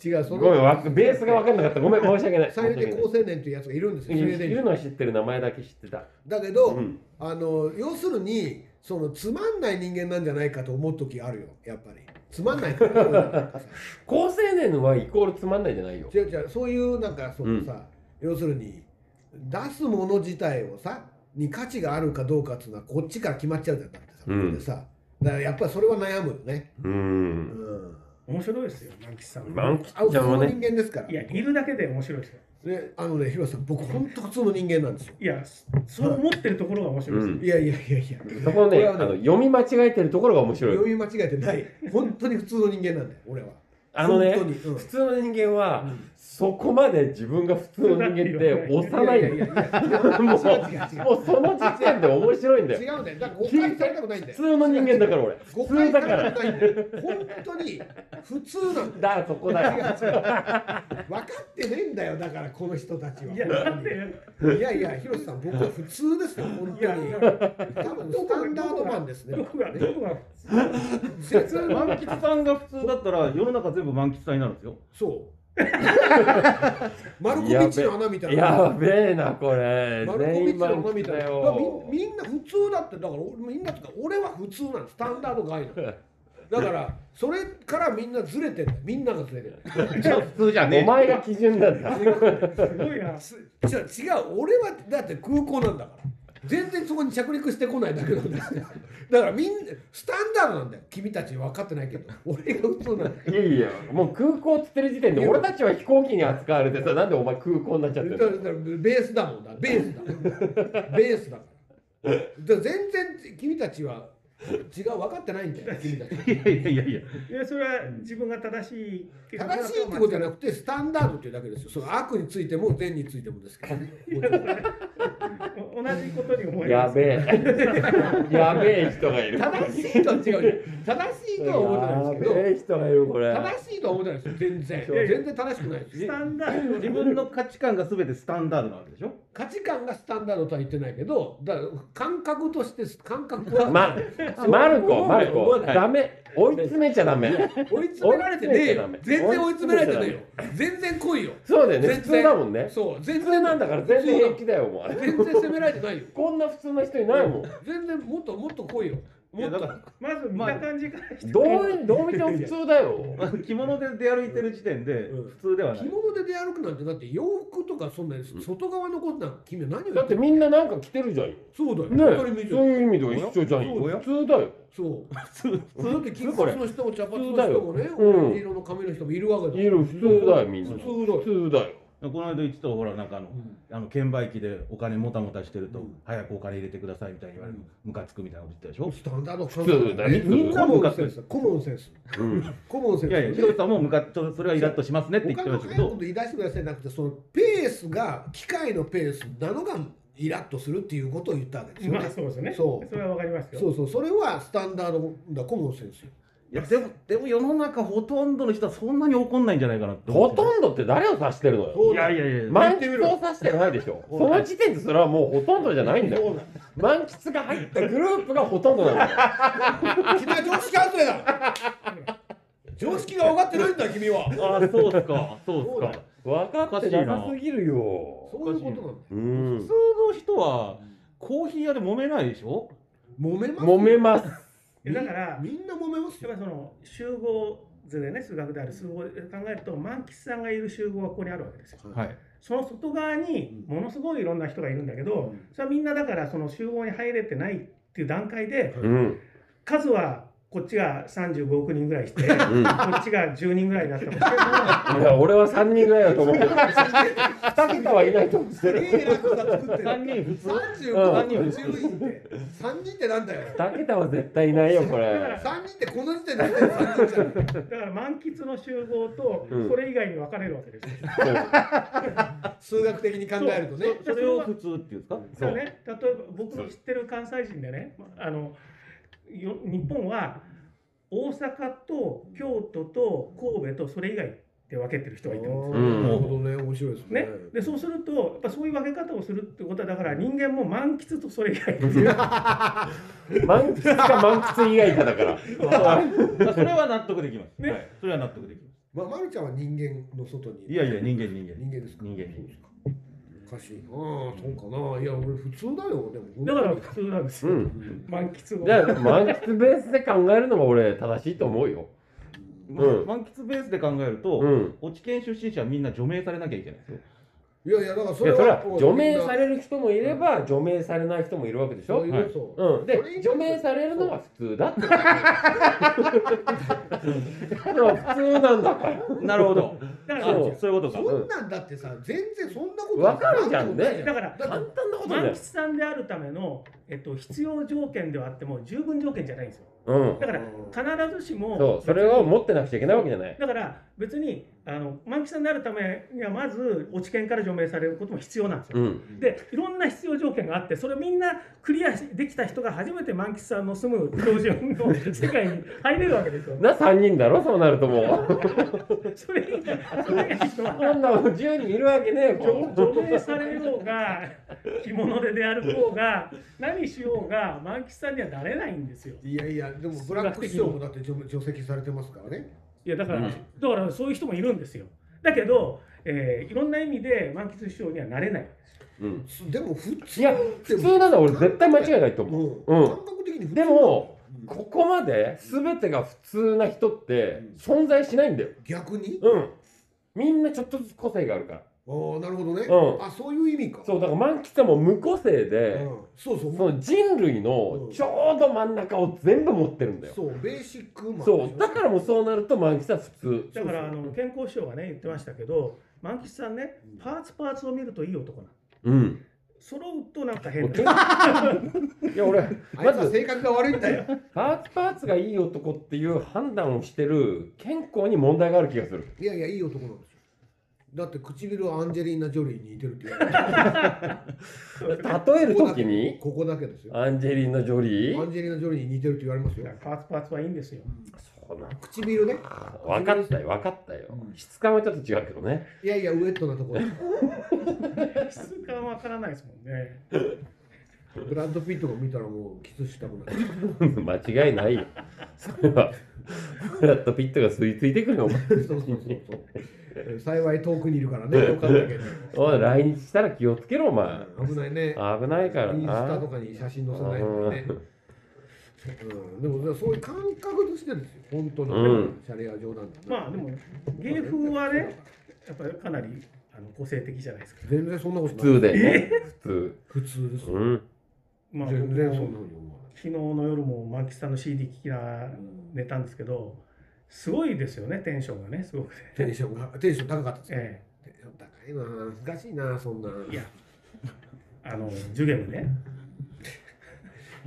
S3: 違うそ
S2: ごめん
S3: の
S2: わベースが分かんなかったごめん申し訳ない
S3: 最低
S2: 申し
S3: 高青年っていうやつがいるんですよスウ
S2: 訳な
S3: ェー
S2: い
S3: デ
S2: い
S3: ン人
S2: る。のは知ってる名前だけ知ってた、
S3: だけど、
S2: うん、
S3: あの要するにそのつまんない人間なんじゃないかと思う時あるよやっぱりつまんないからなんかさ
S2: 高青年はイコールつまんないじゃないよ
S3: 違う違うそういうなんかそのさ、要するに出すもの自体をさに価値があるかどうかっていうのはこっちから決まっちゃうじゃんだってさ、
S2: うん
S3: これでさだからやっぱりそれは悩むよね
S2: う
S3: うんん
S4: 面白いですよ満喫さん
S2: 満
S3: あ普
S2: 喫ち
S3: 通
S2: ゃん
S3: の
S2: は
S3: 人
S2: ね
S3: 間ですから
S4: いやいるだけで面白いですよ
S3: ねあのね広瀬さん僕本当普通の人間なんですよ
S4: いやそう思ってるところが面白いですよ、
S2: うん
S3: いやいやいやいや
S2: そこを
S3: これ
S2: ね
S3: は
S2: あ
S3: ね
S2: の読み間違えてるところが面白い
S3: 読み間違えてない本当に普通の人間なんだよ俺は
S2: あのね
S3: 本当
S2: [LAUGHS]
S3: にうん
S2: 普通の人間は、
S3: うん
S2: そこまで自分が普通の人間って押さない
S3: や
S2: の
S3: ややや
S2: もう
S3: 違う違う違う
S2: もうその時点で面白いんだ
S3: 違
S2: よ
S3: うんだよ。だから誤解されたくないんだ
S2: 普
S3: よ。
S2: 通の人間だから俺
S3: 誤
S2: 普
S3: 解
S2: 通
S3: さ
S2: だ
S3: れ
S2: から
S3: たくないんだよ。本当に普通なんだよ。
S2: だからそこだよ
S3: 分かってねえんだよ。だからこの人たちは。
S4: いやだって
S3: いやいや、広瀬さん、僕は普通ですよ。本
S4: い
S3: 当
S4: や
S3: に。多分
S4: ど
S3: ス
S4: こが
S3: タンダードマンですね。
S4: どこがどこが
S1: 普通満喫さんが普通だったら世の中全部満喫さんになるんですよ
S3: そう。マルコビッチの穴みたい
S2: や
S3: な。
S2: べえなこれ
S3: マルコ
S2: 全
S3: ビッチ
S2: 員満
S3: の穴み
S2: 喫
S3: たい
S2: だ
S3: な。だから
S2: よ
S3: みみんな普通だって、だから俺みんなとか俺は普通なんです。スタンダード外なの。だからそれからみんなずれてんだよ。みんながずれてる。
S1: じゃあ普通じゃねえ
S2: お前が基準なんだ
S4: すごいな
S3: す違う違う俺はだって空港なんだから全然そこに着陸してこないだけなんですよだからみんなスタンダードなんだよ君たち分かってないけど俺が普通なんだよ
S2: いやいやもう空港っつってる時点で俺たちは飛行機に扱われてさなんでお前空港になっちゃって
S3: だ
S2: る
S3: か
S2: の
S3: らベースだもんだベースだもんベースだからだから全然君たちは違う分かってないんだよ君たち
S1: いやいやいやいや
S4: いやそれは自分が正しい
S3: 正しいってことじゃな
S4: く
S3: くてスタンダードっていうだけですよその悪についても善についてもですからね
S4: 同じことに思いま
S2: や
S4: す
S2: べえやべえ人がいる
S3: 正しいとは違うよ正しいとは思ってないですけど
S2: やべえ人がいるこれ
S3: 正しいとは思ってないですよ全然
S2: そう
S3: 全然正しくないです
S4: スタンダード
S1: 自分の価値観が全てスタンダードなわけでしょ
S3: 価値観がスタンダードとは言ってないけどだから感覚として感覚は、
S2: ま、マルコ、マル
S3: 思わ
S2: コ、
S3: ない
S2: ダメ、追い詰めちゃダメ。
S3: 追い詰められてねえよ
S2: 追い詰めちゃダメ
S3: 全然追い詰められてねえよ全然来いよ
S2: そうだよね、
S3: 全然
S2: 普通だもんね。
S3: そう全
S2: 普通
S3: 然
S2: なんだから、全然平気だよ、お前。
S3: 全然責められてないよ
S2: こんな普通の人いないもん。
S3: 全然もっともっと来いよ
S1: い
S3: も
S1: や
S3: っ
S1: だ
S3: と
S1: か
S4: まず見た感じからして
S2: どう、どう見ても普通だよ。
S1: ら [LAUGHS] 着物で出歩いてる時点で
S3: うん
S1: 普通ではない
S3: 着物で出歩くなんてだって洋服とかそんな外側のことなんか君は何
S2: だ
S3: を言
S2: っ
S3: って
S2: て
S3: る
S2: みんななんか着てるじゃん。ね
S3: そうだよ、当たり前じゃ
S2: そうんいう意味では一緒じゃん
S1: おや
S2: よ。普通だよ。
S3: そう
S1: 普通
S3: だって金髪の人も茶髪の人もね
S2: 普通だようん
S3: オレンジ色の髪の人もいるわけだ
S2: いる、普通だよ、みんな。
S3: 普通だよ
S2: 普通だよ。
S1: この間言ってたほらなんかあの
S3: うん
S1: あの券売機でお金もたもたしてると、
S3: うん
S1: 早くお金入れてくださいみたいに言われるのムカつくみたいなこと言ってたでし
S3: スタンダード普
S2: 通だよ
S3: みんなもセンスコモンセンス
S2: うん。
S3: コモンセ
S1: ょ
S3: ン
S1: い
S3: ス
S1: やいや広瀬さんもムカちょっとそれはイラッとしますねって言っ
S3: 他
S1: てま
S3: の
S1: した
S3: 速
S1: け
S3: いこ
S1: ど
S3: と言い出してくださいじゃなくてそのペースが機械のペースなのがイラッとするっていうことを言ったわけですよね、
S4: まあそうですね
S3: そう
S4: れはわかりますよ
S3: そうそうそれはスタンダードだコモンセンスよ
S1: いやでもでも世の中ほとんどの人はそんなに怒んないんじゃないかなって思
S2: ほ
S1: って
S2: とんどって誰を指してるのよ。
S3: そう
S1: いやいやいやいや、
S2: 満喫を指してないでしょ。その時点でそれはもうほとんどじゃないんだよ。満喫が入ったグループがほとんどなんだよ。
S3: 君は常識外れだ常識が分かってないんだ君は
S1: あそうっすかそう
S3: そう
S1: っ
S3: だ
S1: すか
S3: よ
S2: [LAUGHS] 分かってなさすぎるよ。
S3: そういうことなんだよ
S2: う
S1: 普
S2: ん
S1: 通。の人はコーヒー屋で揉めないでしょ
S3: 揉めますよ
S2: 揉めます。
S4: えだから
S3: みんな揉めます
S4: や
S3: よ
S4: っぱりその集合図でね数学である数合で考えると満喫さんがいる集合はここにあるわけですよ
S1: はい
S4: その外側にものすごいいろんな人がいるんだけど、
S3: うん
S4: それはみんなだからその集合に入れてないっていう段階で
S2: うん。
S4: 数はこっちが35億人ぐらいしてこ
S2: うん。い
S4: っちが10人ぐらいになってますけ
S2: や、俺は三人ぐらいだと思うけど。二桁はいないと思う。
S3: すげえ楽だ作って
S1: 3
S3: る
S1: 人普通
S3: 35
S1: う
S3: 人
S1: ん
S3: 10人って3人ってなんだよ
S2: 二桁は絶対いないよ、こ [LAUGHS] れ。
S3: 3人ってこの時点で3人じゃん
S4: どもだから満喫の集合と
S2: うん
S4: それ以外に分かれるわけですよ。
S3: 数学的に考えるとね
S1: そそれを普通っていうんですか
S4: だからね、例えば僕の知ってる関西人でねあのよ日本は大阪と京都と神戸とそれ以外って分けてる人がいてるんですよ。
S2: うん
S3: なるほどね面白いですね
S4: ね、でそうするとやっぱそういう分け方をするってことはだから人間も満喫とそれ以外っ
S2: [LAUGHS]
S4: ていう
S2: 満喫か満喫以外かだから。
S1: あそれは納得できます、
S4: ね
S1: はい、それは納得できま
S3: まあ、まるちゃんは人間の外に
S1: すいやいや人間人間
S3: 人間ですか
S1: 人間人間
S3: そうですかおかしいなあそうかないや俺普通だよでも
S4: だから普通なんです
S2: う
S4: よ、
S2: ん。
S4: 満喫を
S2: じゃあ、満喫ベースで考えるのが俺正しいと思うよ。
S1: ま
S2: うん
S1: 満喫ベースで考えると、
S2: うん。
S1: 落ち研出身者はみんな除名されなきゃいけないんですよ
S3: いやいやだからそ
S2: いや
S3: れは
S2: それは
S3: もう
S2: 除名される人もいれば除名されない人もいるわけでし
S3: そ
S2: ょ
S3: うい。
S1: はいう
S3: そう
S2: うん、
S3: それ
S2: で
S3: に関して
S2: 除名されるのは普通だって。 [LAUGHS] それは普通なんだから。
S1: [LAUGHS] なるほど。
S4: だか
S1: あ
S4: ら
S2: そう
S1: そういうことか。
S2: う
S3: そんなんだってさ全然そんなこと
S2: わかるじゃんね
S4: だから
S3: だ
S2: 簡
S3: って
S2: 単なことだ
S4: 満
S2: よ
S4: 喫。さんであるための、えっと、必要条件ではあっても十分条件じゃないんですよ
S2: うん。
S4: だから必ずしも
S2: そう、それを持ってなくちゃいけないわけじゃない。
S4: だから別にあの満喫さんになるためにはまず落ち見から除名されることも必要なんですよ。
S2: うん。
S4: でいろんな必要条件があってそれみんなクリアできた人が初めて満喫さんの住む標準の世界に入れるわけですよ。
S2: な三人だろそうなるともう。
S4: それ以外それ以外人
S2: こ
S4: は
S2: んなもん十人いるわけねえもん。
S4: 除除名されようが着物で出歩こうが何しようが満喫さんにはなれないんですよ。
S3: いやいやでもブラック師匠もだって除除籍されてますからね
S4: いやだから、
S2: うん
S4: だからそういう人もいるんですよ。だけど、えーいろんな意味で満喫師匠にはなれない。
S2: うん。
S3: でも普通
S2: いや普通なの俺絶対間違いないと思う。
S3: もう
S2: うん
S3: 感覚的に普通
S2: でも
S3: うん
S2: ここまで全てが普通な人って存在しないんだよ。
S3: 逆に
S2: うん。みんなちょっとずつ個性があるから。
S3: ああなるほどね
S2: うん
S3: あそういう意味か
S2: そうだから満喫さんも無個性
S3: う
S2: で、
S3: んそうそう
S2: その人類
S3: う
S2: の
S3: ん
S2: ちょうど真ん中を全部持ってるんだよ。
S3: そうベーシックマン
S2: そうだからもうそうなると満喫さん普通。
S4: だからあ
S3: そうそう
S4: の健康師匠がね言ってましたけど満喫さんね
S3: うん
S4: パーツパーツを見るといい男なの
S2: うん。
S4: 揃うとなんか
S2: も
S4: 変
S2: う
S4: だ
S2: けんいや俺
S3: あい
S2: ま
S3: つは
S2: ず
S3: 性格が悪いんだよ
S2: パーツパーツがいい男っていう判断をしてる健康に問題がある気がする。
S3: いやいやいい男なんですよだって唇はアンジェリーナ・ジョリーに似てるって言われて
S2: 例える時に
S3: ここだけですよ
S2: アンジェリーナ・ジョリ
S3: ア
S2: ー。
S3: ンジェリーナ・ジョリーに似てるって言われますよ
S4: パーツパーツはいいんですよ
S2: そうなんだ
S3: 唇ね
S2: 分かったよ分かったよ
S3: う。ん
S2: 質感はちょっと違うけどね。 [LAUGHS]
S3: いやいやウエットなところ
S4: 質感わからないですもんね
S3: ブラッド・ピットが見たらもうキスしたくなる
S2: 間違いないよ。 [LAUGHS] それは、ブラッド・ピットが吸い付いてくるよ。
S3: そうそうそうそうえー。幸い遠くにい
S2: [LAUGHS]
S3: るからね、よかったけど。
S2: お前おい、来日したら気をつけろ、お前。
S3: 危ないね。
S2: 危ないから
S3: インスタ
S2: な
S3: と。かに写真載せないからね。うん、でもそういう感覚としてですよ、本当に。
S2: うん
S3: シャレや冗談だな
S4: まあでも芸風はねやっぱりかなりあの個性的じゃないですか
S3: 全然そんなこと
S2: 普
S3: ない
S2: 通でね。普
S3: 普通です
S2: 通。。うん。
S4: まあ
S3: 全
S4: 僕
S3: 然そん
S4: も
S3: なふうに思わない。
S4: 昨日の夜も満喫さんの CD 聴きながら寝たんですけどすごいですよねテンションがねすごくて、
S3: テンションが、テンション高かったですよ。
S4: え
S3: テンション高いな、難しいな、そんな。
S4: えいやあのジュゲムね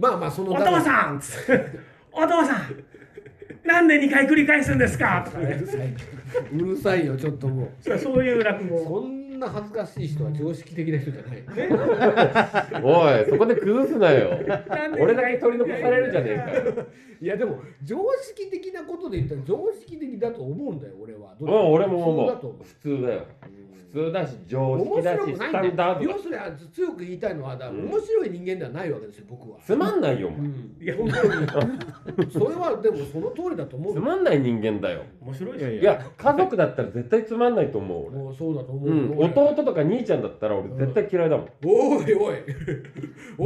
S3: まあまあ、その。
S4: お父
S3: ん
S4: さん
S3: [LAUGHS]
S4: つってお父さんなんで2回繰り返すんですかとかね
S3: うるさいよ、ちょっともう。
S4: そうそういう落語
S3: そんな恥ずかしい人は常識的な人じゃない。
S2: おい、そこで崩すなよ。
S4: なんで
S2: 俺だけ取り残されるじゃねえかよ。
S3: いやでも常識的なことで言ったら常識的だと思うんだよ俺は。どっち
S2: うん、俺も
S3: そう
S2: 思
S3: だと思
S2: う。普通だよ。普通だし、
S3: う
S2: 常
S3: 面
S2: 識だ
S3: 白
S2: し、
S3: くな
S2: ス
S3: い
S2: タン
S3: んだ
S2: ダー
S3: よ。
S2: ドだ
S3: 要。するに強く言いたいのはだから
S2: うん
S3: 面白い人間ではないわけですよ僕は。
S2: つまんないよ、お
S3: う
S2: 前。
S3: ん、
S4: いや
S3: 本当にそれはでもその通りだと思
S2: つ
S3: う。
S2: まんない人間だよ。
S4: 面白い
S1: いやい
S4: で
S2: いや、家族だったら絶対つまんないと思う、俺。
S3: もうそうだと思う。
S2: うん、
S3: 俺
S2: 弟とか兄ちゃんだったら俺絶対嫌いだもん。
S3: おいおい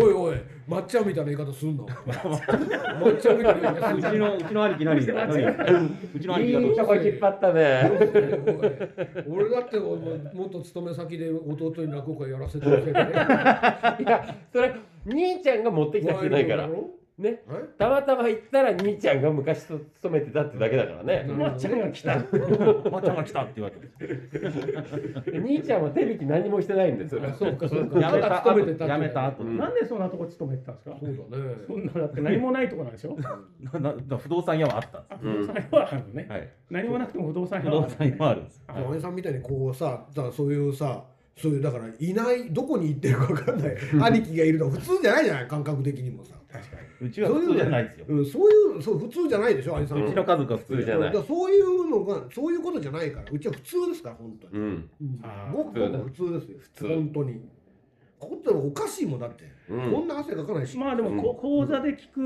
S3: おいおい抹茶みたいな言い方すんな。抹茶みたいな言い方す
S1: うん
S3: な
S1: ち。のうちの兄貴何だ [LAUGHS] 何うちの兄貴がど
S2: いうい
S1: した
S2: とこ引っ張ったね。
S3: 俺だってお前もっと勤め先で弟に落語会やらせてほしいけどね。
S2: いや、それ兄ちゃんが持ってきたんじゃないから。ね、
S3: え
S2: たまたま行ったら兄ちゃんが昔と勤めてたってだけだからね。
S4: すまっちゃんが来た
S1: まっちゃんが来たって言われて
S2: 兄ちゃんは手引き何もしてないんですよ。
S3: そうかそうか。
S1: やめ
S3: ただ
S1: た
S3: 勤めて
S1: 後
S3: たって
S1: やめた
S3: そ
S1: 後
S2: うん
S4: なんでそんなとこ勤めてたんですか
S3: うだね。
S4: そんなだって何もないとこなんでしょ
S1: [LAUGHS] ななな不動産屋はあったんで
S2: うん
S4: 不動産屋はあるのね
S1: すはい
S4: 何もなくても不動産
S1: 不
S4: 屋はあ
S1: 動
S4: るの
S1: 産屋はあるんです
S3: お前さんみたいにこうさ、だからそういうさ、そういうだからいないどこに行ってるかわかんない兄貴がいるのは普通じゃないじゃない感覚的にもさ。
S4: 確かに
S1: うちは普通じゃないですよ
S3: うんそういうそう普通じゃないでしょ兄さん。
S1: うちの家族は普通じゃ
S2: ゃない
S3: だからそういうのがそういうことじゃないからうちは普通ですから本当に。
S2: うん、
S4: あー
S3: 僕僕普通ですよ。
S2: 普通
S3: 本当に。ここっておかしいもんだって。
S2: うん
S3: こんな汗かかないし。
S4: まあでもこ講座で聞く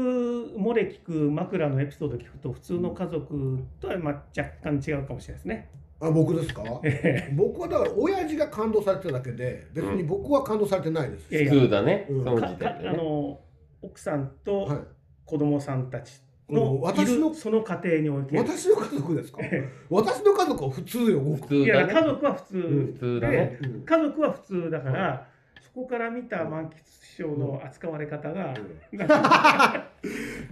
S4: 漏れ聞く枕のエピソード聞くと普通の家族とはまあ若干違うかもしれないですね
S3: あ僕ですか僕はだから親父が感動されてただけで別に僕は感動されてないです、
S4: いやいや
S2: 普通だね。
S3: うん
S2: その
S4: か
S2: 時
S4: か
S2: 点
S4: あ
S2: でね。
S4: の奥さんと
S3: はい
S4: 子供さんたちの
S3: 私の
S4: いるその家庭において
S3: 私の家族ですか私の家族は普通よ僕
S2: 普通
S4: い
S2: だ
S4: やだ
S2: ね
S4: から家族は普通、
S2: 普通だね
S3: うん
S4: 家族は普通だから、そこから見た満喫師匠の扱われ方が、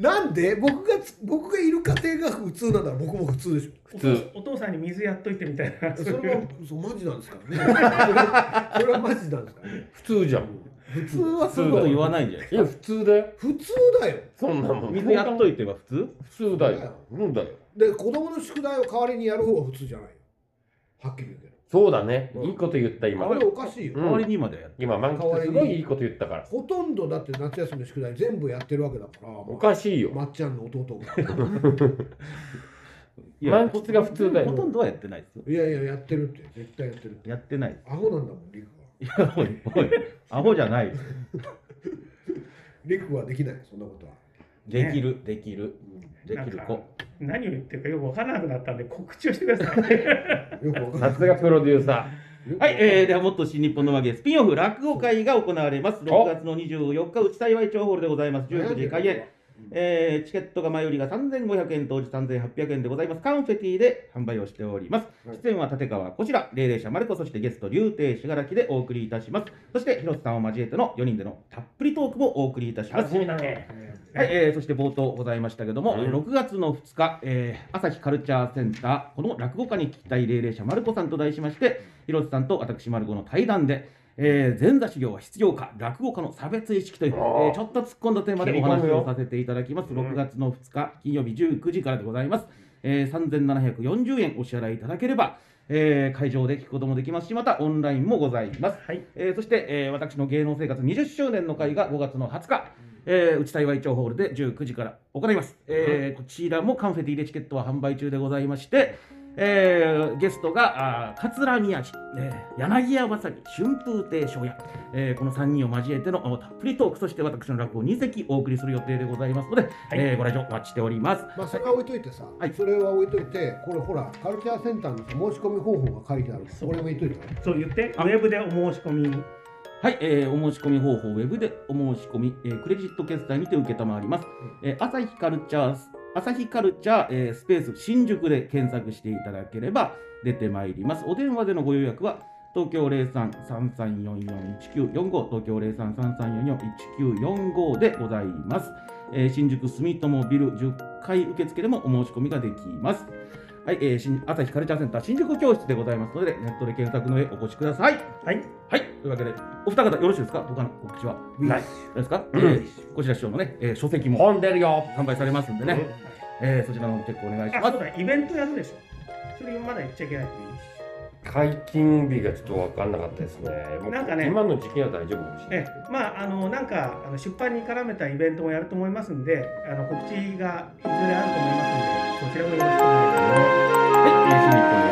S3: なんで僕がつ僕がいる家庭が普通なんだから僕も普通でしょ
S4: お
S2: 通
S4: 父お父さんに水やっといてみたい [LAUGHS] な
S3: それはそうマジなんですからねそれは [LAUGHS] それはマジなんですからね
S2: 普通じゃん
S3: 普通
S1: は
S3: は
S1: そういうこと言わないんじゃない
S2: いや普通だよ
S3: 普通だよ
S2: そんなもん
S1: 水やっといては普通
S2: 普通だようんだよ
S3: で子供の宿題を代わりにやる方が普通じゃないよはっきり言うけど
S2: そうだねいいこと言った今
S3: これおかしいよ、
S2: うん
S1: 代わりにまではやる
S2: 今満喫すごいいいこと言ったから
S3: ほとんどだって夏休みの宿題全部やってるわけだから
S2: おかしいよ
S3: まっちゃんの弟が [LAUGHS]
S1: いや
S2: 満喫が普通だよ
S1: ほとんどはやってない [LAUGHS] ですよ
S3: いやいややってるって絶対やってるって
S1: やってない
S3: アホなんだもんリクは
S1: おい [LAUGHS] おいアホじゃない
S3: リクはできないそんなことは、
S1: できるできる
S3: う
S1: できる子
S4: 何を言ってるかよく分からなくなったんで告知をしてください
S3: ん、よくわかんな
S2: さ
S3: い
S2: すがプロデューサ
S1: はい、えー、ではもっと新日本の話芸スピンオフ落語会が行われます。
S2: お
S1: 6月の24日、内幸町ホールでございます。19時開演。えー、チケットが前売りが3500円、当時3800円でございます。カンフェティで販売をしております。
S3: はい
S1: 出演は立川こちら、霊霊者マルコ、そしてゲスト、竜亭しがらきでお送りいたします。そして、広瀬さんを交えての4人でのたっぷりトークもお送りいたし
S2: ー
S1: ます。
S2: しみだね
S1: はい、えー、そして冒頭ございましたけども、
S2: うん
S1: えー6月の2日、えー、朝日カルチャーセンター、この落語家に聞きたい霊霊者マルコさんと題しまして、広瀬さんと私マルコの対談で、えー、前座修行は必要か、落語家の差別意識という、え
S2: あー
S1: ーちょっと突っ込んだテーマでお話をさせていただきます。6月の2日、金曜日19時からでございます。えー、3740円お支払いいただければ、えー、会場で聞くこともできますし、またオンラインもございます。
S4: [LAUGHS] はい
S1: えーそして、えー私の芸能生活20周年の会が5月の20日、えー、内幸町ホールで19時から行います、えーこちらもカンフェティでチケットは販売中でございまして、えーゲストがあー桂宮治、えー柳家まさり春風亭昇也、えーこの3人を交えてのおたっぷりトークそして私の落語2席お送りする予定でございますので、えーご来場お待ちしております
S3: まあ、それは置いといてさ、
S1: はい
S3: それは置いといてこれほらカルチャーセンターのさ申し込み方法が書いてあるからこれも言っといて
S4: そう言ってウェブでお申し込み
S1: はい、えーお申し込み方法、ウェブでお申し込み、えークレジット決済にて受けたまわります。えー朝日カルチャー、朝日カルチャー、えースペース新宿で検索していただければ出てまいります。お電話でのご予約は、東京03-3344-1945、東京03-3344-1945でございます。えー新宿住友ビル10階受付でもお申し込みができます。はい、えー新朝日カルチャーセンター新宿教室でございますので、ネットで検索の上お越しください。
S4: はい
S1: はい、というわけで、お二方よろしいですか、他の告知は。ど
S3: な
S2: ないいう
S1: ですか、
S2: うん
S1: えーこちら師匠のね、えー書籍も
S2: 本出るよ
S1: 販売されますんでね、えーそちらの方もチェックお願いし
S4: あ
S1: ま
S4: そ
S1: す
S4: う。だイベントやるでしょそれまだ言っちゃいけない
S2: 解禁日がちょっと分かんなかったですねもう
S4: なんかね
S2: 今の時期は大丈夫かもしれ
S4: え
S2: ない
S4: まああのなんかあの出版に絡めたイベントもやると思いますんであの告知がいずれあると思いますんでそちらもよろしくお願いします
S1: はい、えー新日本の